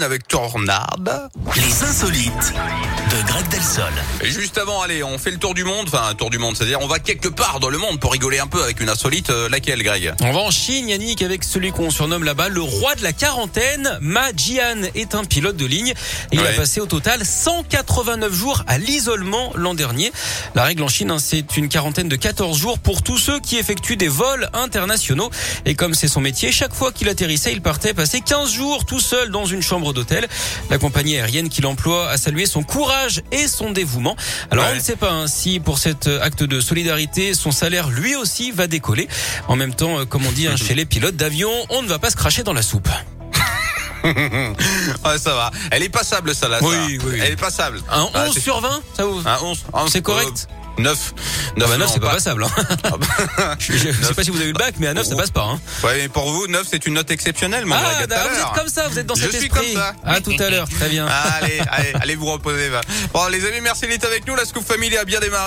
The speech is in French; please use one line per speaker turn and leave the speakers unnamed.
avec Tornade.
Les insolites de Greg Delsol.
Et juste avant, allez, on fait le tour du monde. Enfin, un tour du monde, c'est-à-dire on va quelque part dans le monde pour rigoler un peu avec une insolite. Euh, laquelle, Greg
On va en Chine, Yannick, avec celui qu'on surnomme là-bas le roi de la quarantaine. Ma Jian est un pilote de ligne. Et Il a
Ouais.
passé au total 189 jours à l'isolement l'an dernier. La règle en Chine, hein, c'est une quarantaine de 14 jours pour tous ceux qui effectuent des vols internationaux. Et comme c'est son métier, chaque fois qu'il atterrissait, il partait passer 15 jours tout seul dans une chambre d'hôtel. La compagnie aérienne qui l'emploie a salué son courage et son dévouement. Alors
Ouais.
on ne sait pas hein, si pour cet euh, acte de solidarité, son salaire lui aussi va décoller. En même temps, euh, comme on dit hein, chez les pilotes d'avion, on ne va pas se cracher dans la soupe.
Ouais, ça va. Elle est passable, ça, là. ça.
Oui, oui, oui.
Elle est passable.
Un
Ah,
11
c'est-
sur 20, ça vous
Un Euh, 11.
C'est correct
9.
Ah bah, 9, c'est pas passable. hein.
Ah, bah.
Je, je sais
Neuf.
pas si vous avez eu le bac, mais à 9, ça passe pas. hein.
Ouais, mais pour vous, 9, c'est une note exceptionnelle, Oh. mon Greg,
Ah,
à tout
bah,
à
vous
l'heure.
êtes comme ça, vous êtes dans
Je
cet
suis
esprit.
comme ça.
À tout à l'heure, très bien.
allez, allez, allez vous reposer. va. Bon, les amis, merci d'être avec nous. La Scoop Family a bien démarré.